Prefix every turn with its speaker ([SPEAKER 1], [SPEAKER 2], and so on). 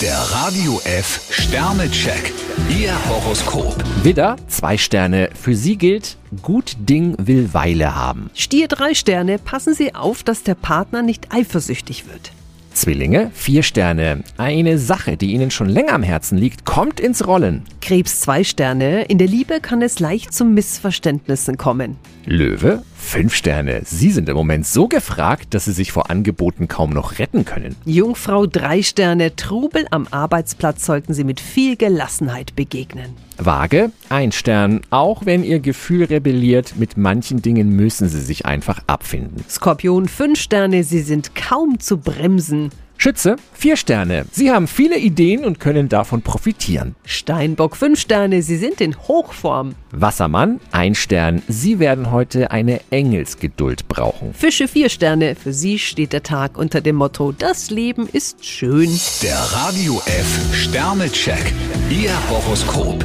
[SPEAKER 1] Der Radio F Sternecheck. Ihr Horoskop.
[SPEAKER 2] Widder, zwei Sterne. Für Sie gilt, gut Ding will Weile haben.
[SPEAKER 3] Stier drei Sterne, passen Sie auf, dass der Partner nicht eifersüchtig wird.
[SPEAKER 2] Zwillinge, vier Sterne. Eine Sache, die Ihnen schon länger am Herzen liegt, kommt ins Rollen.
[SPEAKER 3] Krebs zwei Sterne, in der Liebe kann es leicht zu Missverständnissen kommen.
[SPEAKER 2] Löwe, fünf Sterne. Sie sind im Moment so gefragt, dass Sie sich vor Angeboten kaum noch retten können.
[SPEAKER 3] Jungfrau drei Sterne, Trubel am Arbeitsplatz sollten Sie mit viel Gelassenheit begegnen.
[SPEAKER 2] Waage, ein Stern. Auch wenn Ihr Gefühl rebelliert, mit manchen Dingen müssen Sie sich einfach abfinden.
[SPEAKER 3] Skorpion fünf Sterne, Sie sind kaum zu bremsen.
[SPEAKER 2] Schütze, vier Sterne. Sie haben viele Ideen und können davon profitieren.
[SPEAKER 3] Steinbock fünf Sterne, Sie sind in Hochform.
[SPEAKER 2] Wassermann, ein Stern. Sie werden heute eine Engelsgeduld brauchen.
[SPEAKER 3] Fische vier Sterne, für Sie steht der Tag unter dem Motto, das Leben ist schön.
[SPEAKER 1] Der Radio F Sternecheck. Ihr Horoskop.